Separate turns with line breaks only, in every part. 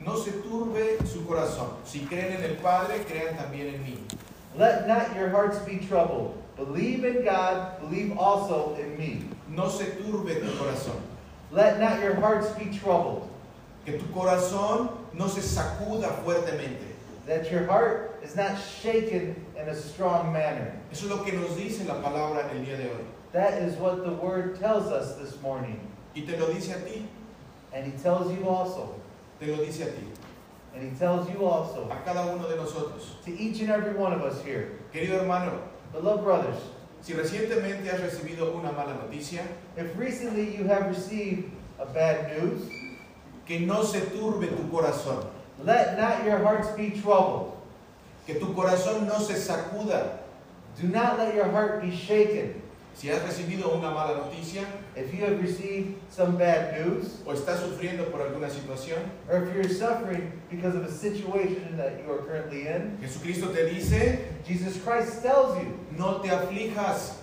No se turbe su corazón. Si creen en el Padre, crean también en mí.
Let not your hearts be troubled. Believe in God, believe also in me.
No se turbe tu corazón.
Let not your hearts be troubled,
Que tu corazón no se sacuda fuertemente.
that your heart is not shaken in a strong manner.
Eso es lo que nos dice la palabra el día de hoy.
That is what the word tells us this morning.
Y te lo dice a ti,
And he tells you also,
te lo dice a ti,
and he tells you also,
a cada uno de nosotros.
to each and every one of us here.
Querido hermano,
Beloved brothers,
si recientemente has recibido una mala noticia,
if recently you have received a bad news,
que no se turbe tu corazón.
let not your hearts be troubled.
Que tu corazón no se sacuda.
Do not let your heart be shaken.
Si has recibido una mala noticia
If you have received some bad news,
o estás sufriendo por alguna situación,
or if you're suffering because of a situation that you are currently in,
Jesucristo te dice,
Jesus Christ tells you,
no te aflijas,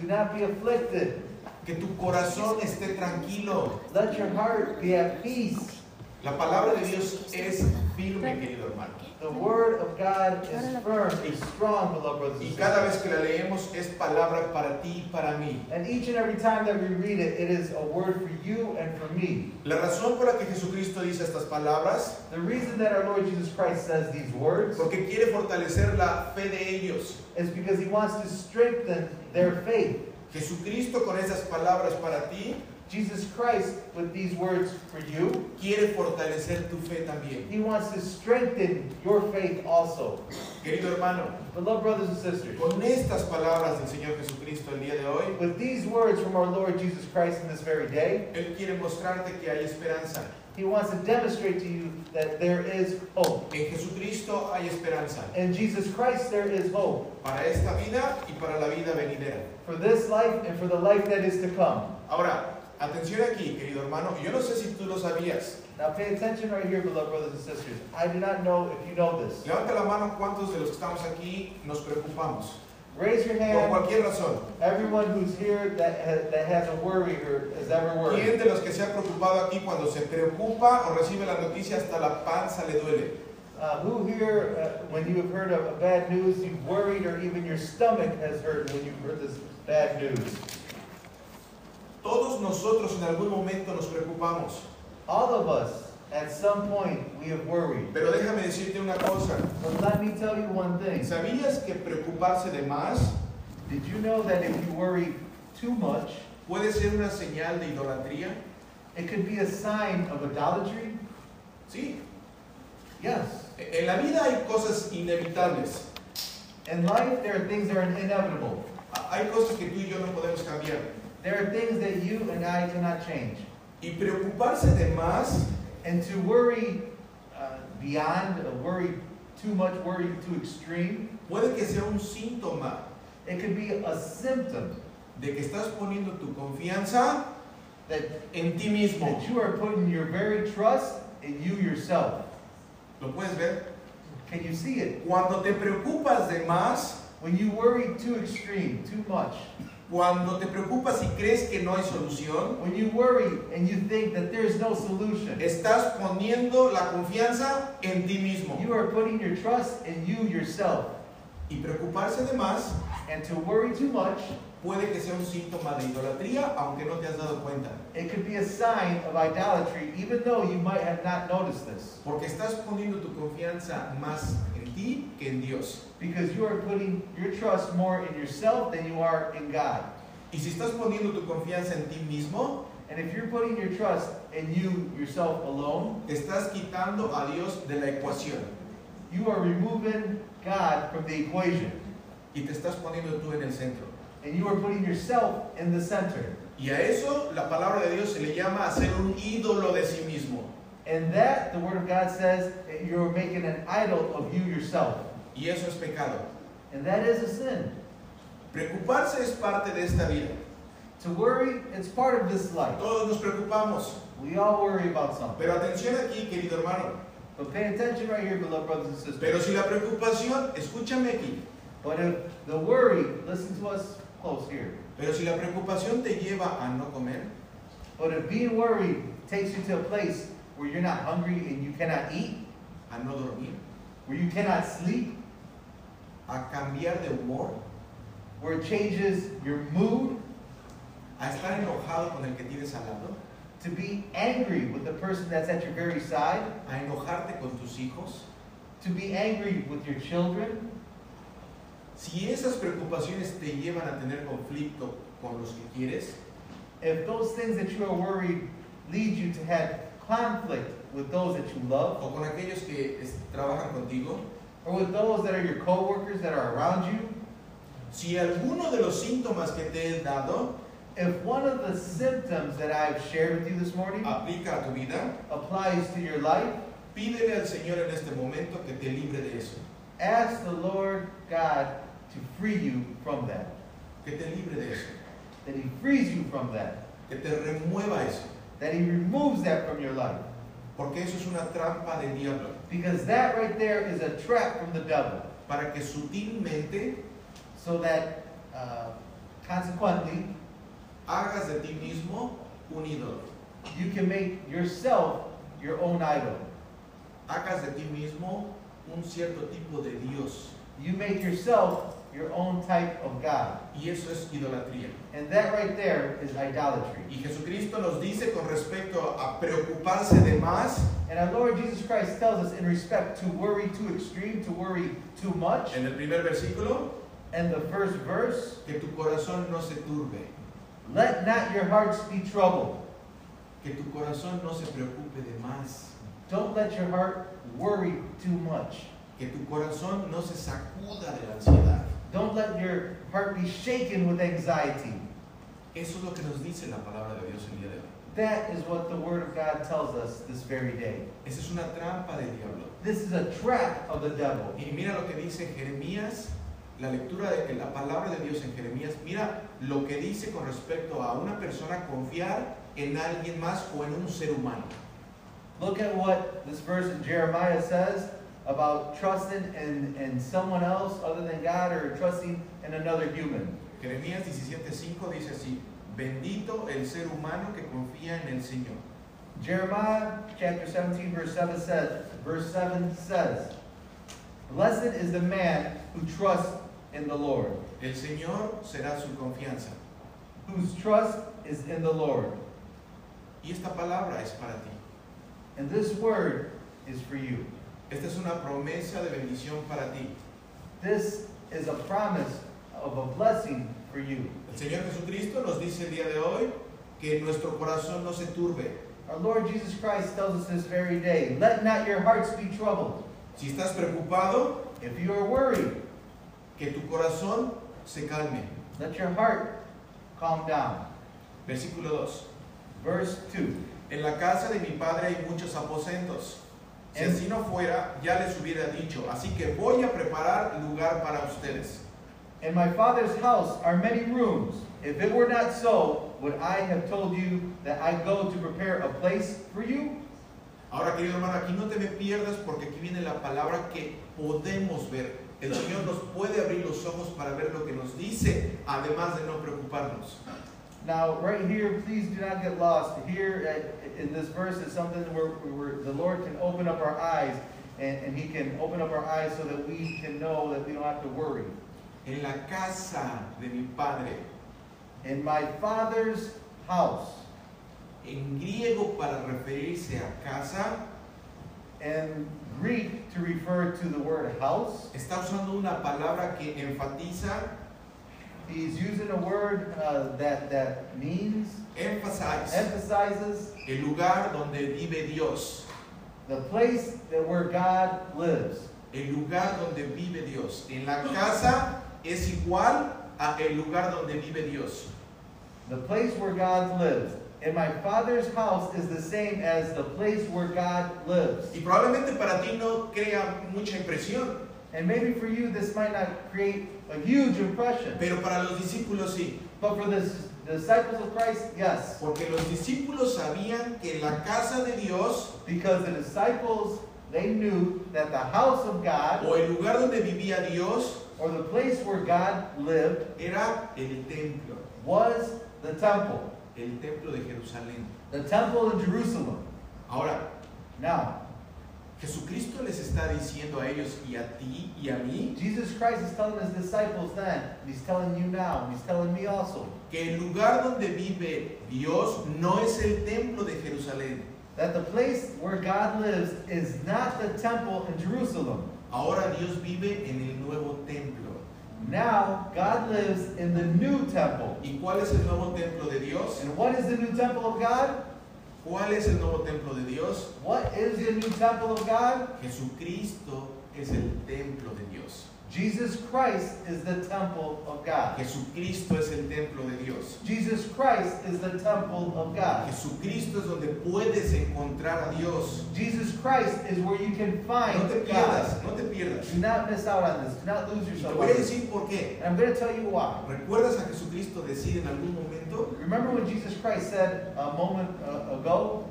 do not be afflicted.
que tu corazón esté tranquilo.
Let your heart be at peace.
La palabra de Dios es firme, querido hermano.
The word of God is firm, is strong, beloved brothers and
Y
sisters.
cada vez que la leemos es palabra para ti y para mí.
And each and every time that we read it, it is a word for you and for me.
La razón por la que Jesucristo dice estas palabras,
The reason that our Lord Jesus Christ says these words
porque quiere fortalecer la fe de ellos.
is because he wants to strengthen their faith.
Jesucristo con esas palabras para ti
Jesus Christ, with these words for you,
quiere fortalecer tu fe también.
he wants to strengthen your faith also.
Querido hermano,
Beloved brothers and sisters,
con estas palabras del Señor Jesucristo el día de hoy,
with these words from our Lord Jesus Christ in this very day,
Él quiere mostrarte que hay esperanza.
he wants to demonstrate to you that there is hope.
En Jesucristo hay esperanza
In Jesus Christ, there is hope
para esta vida y para la vida venidera.
for this life and for the life that is to come.
Ahora, atención aquí, querido hermano, yo no sé si tú lo sabías.
Now pay attention right here, beloved brothers and sisters. I do not know if you know this.
Levanta la mano cuántos de los que estamos aquí nos preocupamos.
Raise your
Por
hand.
cualquier razón.
Everyone who's here that has, that has a worry or is ever
¿Quién
worried.
de los que se ha preocupado aquí cuando se preocupa o recibe la noticia hasta la panza le duele?
Uh, who here, uh, when you have heard of a bad news, you've worried, or even your stomach has hurt when you've heard this bad news?
Todos nosotros en algún momento nos preocupamos.
All of us, at some point, we have worried.
Pero déjame decirte una cosa.
But let me tell you one thing.
¿Sabías que preocuparse de más
Did you know that if you worry too much,
puede ser una señal de idolatría?
it could be a sign of idolatry?
Sí.
Yes.
En la vida hay cosas inevitables.
In life, there are things that are inevitable.
A- Hay cosas que tú y yo no podemos cambiar.
There are things that you and I cannot change.
Y preocuparse de más
And to worry uh, beyond, uh, worry too much, worry too extreme,
puede que sea un síntoma
it could be a symptom
de que estás poniendo tu confianza
that,
en ti mismo.
that you are putting your very trust in you yourself.
¿Lo puedes ver?
Can you see it?
Cuando te preocupas de más,
When you worry too extreme, too much,
cuando te preocupas y crees que no hay solución,
when you worry and you think that there's no solution,
estás poniendo la confianza en ti mismo.
you are putting your trust in you yourself.
Y preocuparse de más
And to worry too much,
puede que sea un síntoma de idolatría, aunque no te has dado cuenta.
it could be a sign of idolatry, even though you might have not noticed this.
Porque estás poniendo tu confianza más en ti que en Dios.
Because you are putting your trust more in yourself than you are in God.
Y si estás poniendo tu confianza en ti mismo,
And if you're putting your trust in you, yourself alone,
te estás quitando a Dios de la ecuación.
you are removing God from the equation.
Y te estás poniendo tú en el centro.
And you are putting yourself in the center.
Y a eso la palabra de Dios se le llama hacer un ídolo de sí mismo.
And that, the Word of God says, that you're making an idol of you yourself.
Y eso es pecado.
And that is a sin.
Preocuparse es parte de esta vida.
To worry, it's part of this life.
Todos nos preocupamos.
We all worry about something.
Pero atención aquí, querido hermano.
But pay attention right here, beloved brothers and sisters.
Pero si la preocupación, escúchame aquí,
But if the worry, listen to us close here.
pero si la preocupación te lleva a no comer,
But if being worried takes you to a place where you're not hungry and you cannot eat,
a no dormir,
where you cannot sleep,
a cambiar de humor,
where it changes your mood,
a estar enojado con el que tienes al lado,
to be angry with the person that's at your very side,
a enojarte con tus hijos.
to be angry with your children.
Si esas preocupaciones te llevan a tener conflicto con los que quieres,
If those things that you are worried lead you to have conflict with those that you love,
o con aquellos que es- trabajan contigo,
or with those that are your coworkers that are around you,
si alguno de los síntomas que te he dado
if one of the symptoms that I've shared with you this morning
aplica a tu vida,
applies to your life,
pídele al Señor en este momento que te libre de eso,
ask the Lord God to free you from that.
que te libre de eso,
That He frees you from that.
que te remueva eso,
That He removes that from your life.
porque eso es una trampa del diablo,
Because that right there is a trap from the devil.
para que sutilmente
So that uh, consequently,
hagas de ti mismo un ídolo,
you can make yourself your own idol.
hagas de ti mismo un cierto tipo de Dios,
You make yourself your own type of God.
y eso es idolatría.
And that right there is idolatry.
Y Jesucristo nos dice con respecto a preocuparse de más,
And our Lord Jesus Christ tells us in respect to worry too extreme, to worry too much.
en el primer versículo,
And the first verse,
que tu corazón no se turbe,
let not your hearts be troubled.
que tu corazón no se preocupe de más,
Don't let your heart worry too much.
que tu corazón no se sacuda de la ansiedad.
Don't let your heart be shaken with anxiety.
Eso es lo que nos dice la palabra de Dios el día de hoy.
That is what the Word of God tells us this very day.
Esa es una trampa del diablo.
This is a trap of the devil.
Y mira lo que dice Jeremías, la lectura de la palabra de Dios en Jeremías, mira lo que dice con respecto a una persona confiar en alguien más o en un ser humano.
Look at what this verse in Jeremiah says about trusting in, in someone else other than God or trusting in another human.
Jeremías 17:5 dice así, bendito el ser humano que confía en el Señor.
Jeremiah chapter 17, verse 7 says, verse 7 says, Blessed is the man who trusts in the Lord,
El Señor será su confianza.
whose trust is in the Lord.
Y esta palabra es para ti.
And this word is for you.
Esta es una promesa de bendición para ti.
This is a promise of a blessing for you.
El Señor Jesucristo nos dice el día de hoy que nuestro corazón no se turbe.
Our Lord Jesus Christ tells us this very day, let not your hearts be troubled.
Si estás preocupado,
If you are worried,
que tu corazón se calme.
let your heart calm down.
Versículo 2.
Verse 2.
En la casa de mi padre hay muchos aposentos. Si así no fuera, ya les hubiera dicho. Así que voy a preparar lugar para ustedes.
In my Father's house are many rooms. If it were not so, would I have told you that I go to prepare a place for you?
Ahora, querido hermano, aquí no te me pierdas porque aquí viene la palabra que podemos ver. El Señor nos puede abrir los ojos para ver lo que nos dice, además de no preocuparnos.
Now, right here, please do not get lost. Here uh, in this verse is something where, where the Lord can open up our eyes, and, and He can open up our eyes so that we can know that we don't have to worry.
En la casa de mi padre,
In my Father's house,
en griego para referirse a casa,
in Greek to refer to the word house,
está usando una palabra que enfatiza,
he's using a word uh, that, that means,
emphasize,
emphasizes
el lugar donde vive Dios,
The place that where God lives.
el lugar donde vive Dios. En la casa es igual a el lugar donde vive Dios.
The place where God lives. And my father's house is the same as the place where God lives.
Y probablemente para ti no crea mucha impresión,
And maybe for you this might not create a huge impression.
pero para los discípulos sí,
But for the s- disciples of Christ, yes.
porque los discípulos sabían que la casa de Dios
Because the disciples, they knew that the house of God
o el lugar donde vivía Dios
or the place where God lived
era el templo,
was the temple.
el templo de Jerusalén.
The temple in Jerusalem.
Ahora,
Now,
Jesucristo les está diciendo a ellos y a ti y a mí
Jesus Christ is telling his disciples then, and he's telling you now, and he's telling me also,
que el lugar donde vive Dios no es el templo de Jerusalén.
that the place where God lives is not the temple in Jerusalem.
Ahora Dios vive en el nuevo templo.
Now, God lives in the new temple.
¿Y cuál es el nuevo templo de Dios?
And what is the new temple of God?
¿Cuál es el nuevo templo de Dios?
What is the new temple of God?
Jesucristo es el templo de Dios.
Jesus Christ is the temple of God.
Jesucristo es el templo de Dios.
Jesus Christ is the temple of God.
Jesucristo es donde puedes encontrar a Dios.
Jesus Christ is where you can find
No te
God.
pierdas, no te pierdas.
Do not miss out on this. Do not lose
Y te
yourself.
voy
on
a
this.
decir por qué.
And I'm going to tell you why.
¿Recuerdas a Jesucristo decir en algún momento?
Remember when Jesus Christ said a moment uh, ago,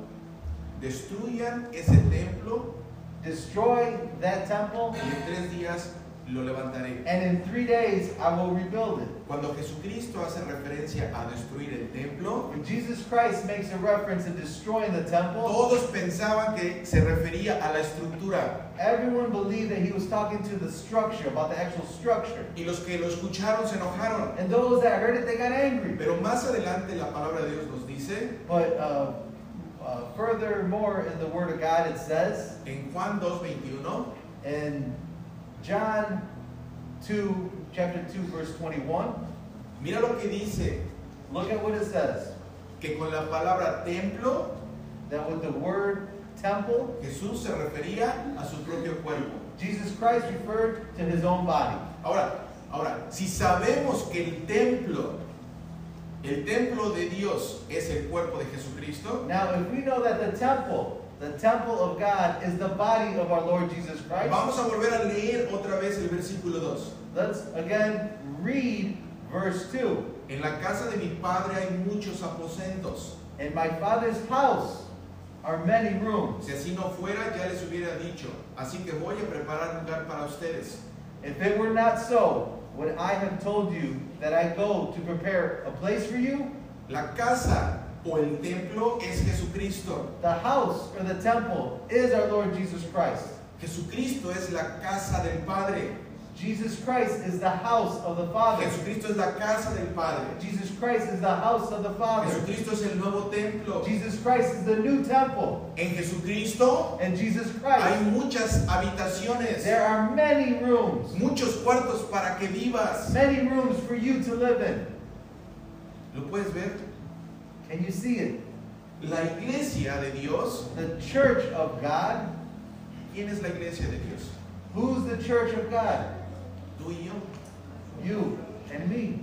Destruyan ese templo
destroy that temple,
y en tres días lo levantaré.
and in three days I will rebuild it.
Cuando Jesucristo hace referencia a destruir el templo,
When Jesus Christ makes a reference to destroying the temple,
todos pensaban que se refería a la estructura.
everyone believed that he was talking to the structure, about the actual structure.
Y los que lo escucharon se enojaron.
And those that heard it, they got angry.
Pero más adelante la palabra de Dios nos dice,
But uh, uh, furthermore, in the Word of God, it says
en Juan 2.21,
in John 2, chapter 2, verse 21,
mira lo que dice,
look at what it says.
que con la palabra templo
That with the word temple,
Jesús se refería a su propio cuerpo.
Jesus Christ referred to his own body.
Ahora, ahora, si sabemos que el templo, el templo de Dios es el cuerpo de Jesucristo,
Now, if we know that the temple, the temple of God, is the body of our Lord Jesus Christ,
vamos a volver a leer otra vez el versículo 2.
let's again read verse 2.
En la casa de mi padre hay muchos aposentos.
In my Father's house are many rooms.
Si así no fuera, ya les hubiera dicho. Así que voy a preparar lugar para ustedes.
If it were not so, would I have told you that I go to prepare a place for you?
La casa o el templo es Jesucristo.
The house or the temple is our Lord Jesus Christ.
Jesucristo es la casa del Padre.
Jesus Christ is the house of the Father.
Jesucristo es la casa del Padre.
Jesus Christ is the house of the Father.
Jesucristo es el nuevo templo.
Jesus Christ is the new temple,
En Jesucristo
and Jesus
hay
Christ,
muchas habitaciones,
there are many rooms,
muchos cuartos para que vivas.
many rooms for you to live in.
¿Lo puedes ver?
Can you see it?
La iglesia de Dios.
The church of God.
¿Quién es la iglesia de Dios?
Who's the church of God?
Tú y yo.
You and me.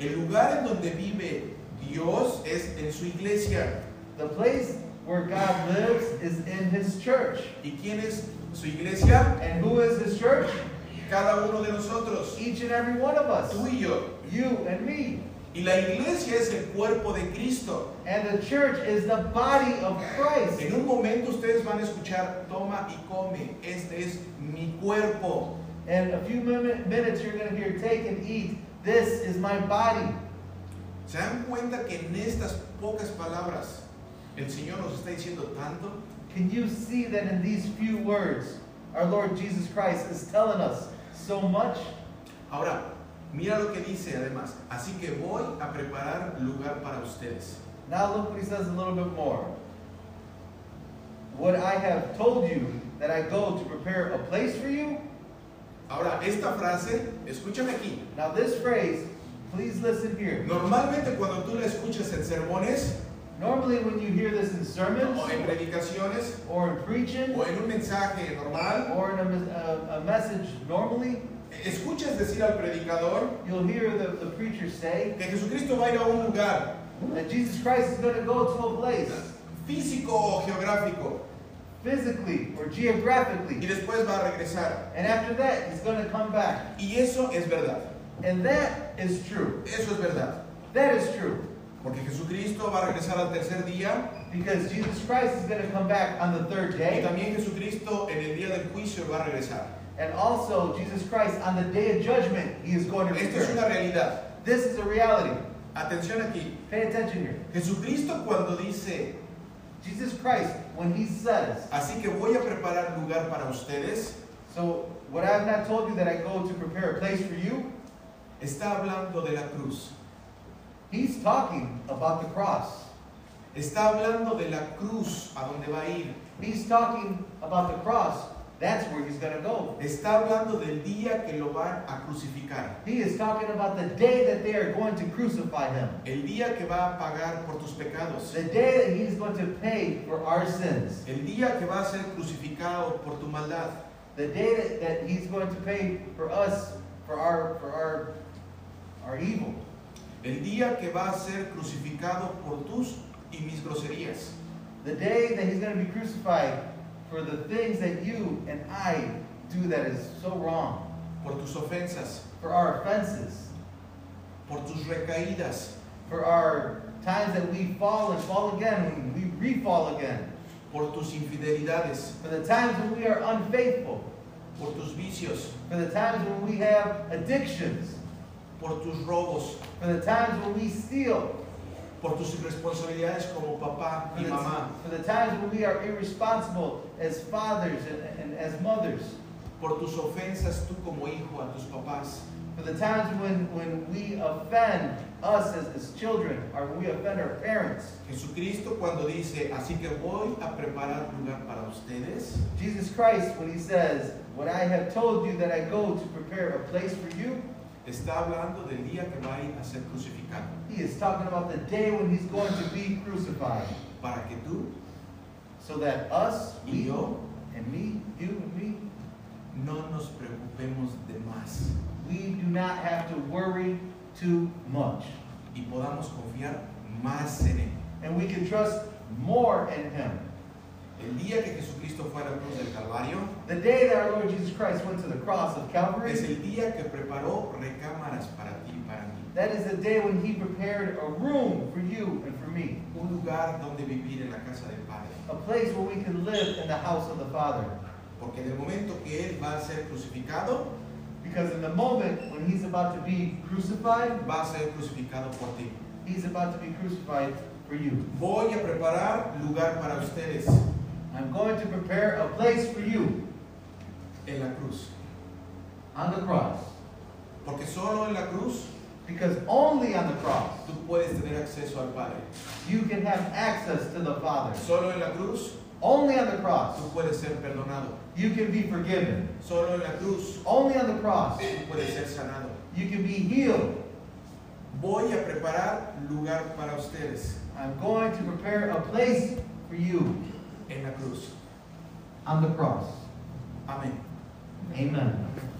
El lugar en donde vive Dios es en su iglesia.
The place where God lives is in His church.
¿Y quién es su iglesia?
And who is His church?
Cada uno de nosotros.
Each and every one of us.
Tú y yo.
You and me.
Y la iglesia es el cuerpo de Cristo.
And the church is the body of Christ.
En un momento ustedes van a escuchar, toma y come, este es mi cuerpo.
And a few min- minutes you're going to hear, take and eat. This is my body.
¿Se dan cuenta que en estas pocas palabras el Señor nos está diciendo tanto?
Can you see that in these few words, our Lord Jesus Christ is telling us so much?
Ahora, mira lo que dice además, así que voy a preparar lugar para ustedes.
Now look what he says a little bit more. Would I have told you that I go to prepare a place for you?
Ahora, esta frase, escúchame aquí.
Now this phrase, please listen here.
Normalmente cuando tú la escuchas en sermones,
Normally when you hear this in sermons
o en predicaciones,
or in preaching
o en un mensaje normal,
or in a, mes- uh, a, a message normally,
escuchas decir al predicador
you'll hear the, the preacher say
que Jesucristo va a ir a un lugar
that Jesus Christ is going to go to a place
físico o geográfico
physically or
y
geographically.
después va a regresar.
And after that, he's going to come back.
Y eso es verdad,
And that is true.
eso es verdad.
That is true.
Porque Jesucristo va a regresar al tercer día
Because Jesus Christ is going to come back on the third
y
day.
también Jesucristo en el día del juicio va a regresar.
And also, Jesus Christ on the day of judgment, he is going to
Esto es una
return.
realidad.
This is a reality.
Atención aquí.
Pay attention here.
Jesucristo cuando dice,
Jesus Christ, when he says.
Así que voy a preparar lugar para ustedes.
So what I have not told you that I go to prepare a place for you,
Está hablando de la cruz.
he's talking about the cross.
Está hablando de la cruz a donde va a ir.
He's talking about the cross. That's where he's going to go.
Está hablando del día que lo van a crucificar.
He is talking about the day that they are going to crucify him.
El día que va a pagar por tus pecados.
The day that he is going to pay for our sins.
El día que va a ser crucificado por tu maldad.
The day that, that he's going to pay for us for our for our our evil.
El día que va a ser crucificado por tus y mis groserías.
The day that he's going to be crucified for the things that you and I do that is so wrong,
Por tus ofensas.
for our offenses,
Por tus recaídas.
for our times that we fall and fall again, when we re-fall again,
Por tus infidelidades.
for the times when we are unfaithful,
Por tus vicios.
for the times when we have addictions,
Por tus robos.
for the times when we steal,
Por tus irresponsabilidades como papá
for
y
the,
mamá.
for the times when we are irresponsible as fathers and, and as mothers,
Por tus ofensas tú como hijo a tus papás.
for the times when, when we offend us as, as children, or we offend our parents.
Jesucristo cuando dice, así que voy a preparar lugar para ustedes,
Jesus Christ, when he says, When I have told you that I go to prepare a place for you,
está hablando del día que va a ir a ser crucificado,
he is talking about the day when he's going to be crucified.
para que tú
So that us,
y
we,
yo
and me, you and me,
no nos preocupemos de más
we do not have to worry too much.
y podamos confiar más en Él.
And we can trust more in him.
El día que Jesucristo fue a la cruz del Calvario
The day that our Lord Jesus Christ went to the cross of Calvary,
es el día que preparó recámaras para ti y para mí.
that is the day when he prepared a room for you and for me.
Un lugar donde vivir en la casa del Padre.
A place where we can live in the house of the Father.
Porque en el momento que Él va a ser crucificado,
Because in the moment when he's about to be crucified,
va a ser crucificado por ti.
he's about to be crucified for you.
Voy a preparar lugar para ustedes
I'm going to prepare a place for you
en la cruz.
on the cross.
Porque solo en la cruz
Because only on the cross
tú puedes tener acceso al Padre.
you can have access to the Father.
Solo en la cruz
Only on the cross
tú puedes ser perdonado.
you can be forgiven.
Solo en la cruz
Only on the cross
tú puedes ser sanado.
you can be healed.
Voy a preparar lugar para ustedes
I'm going to prepare a place for you
en la cruz.
on the cross.
Amén.
Amen.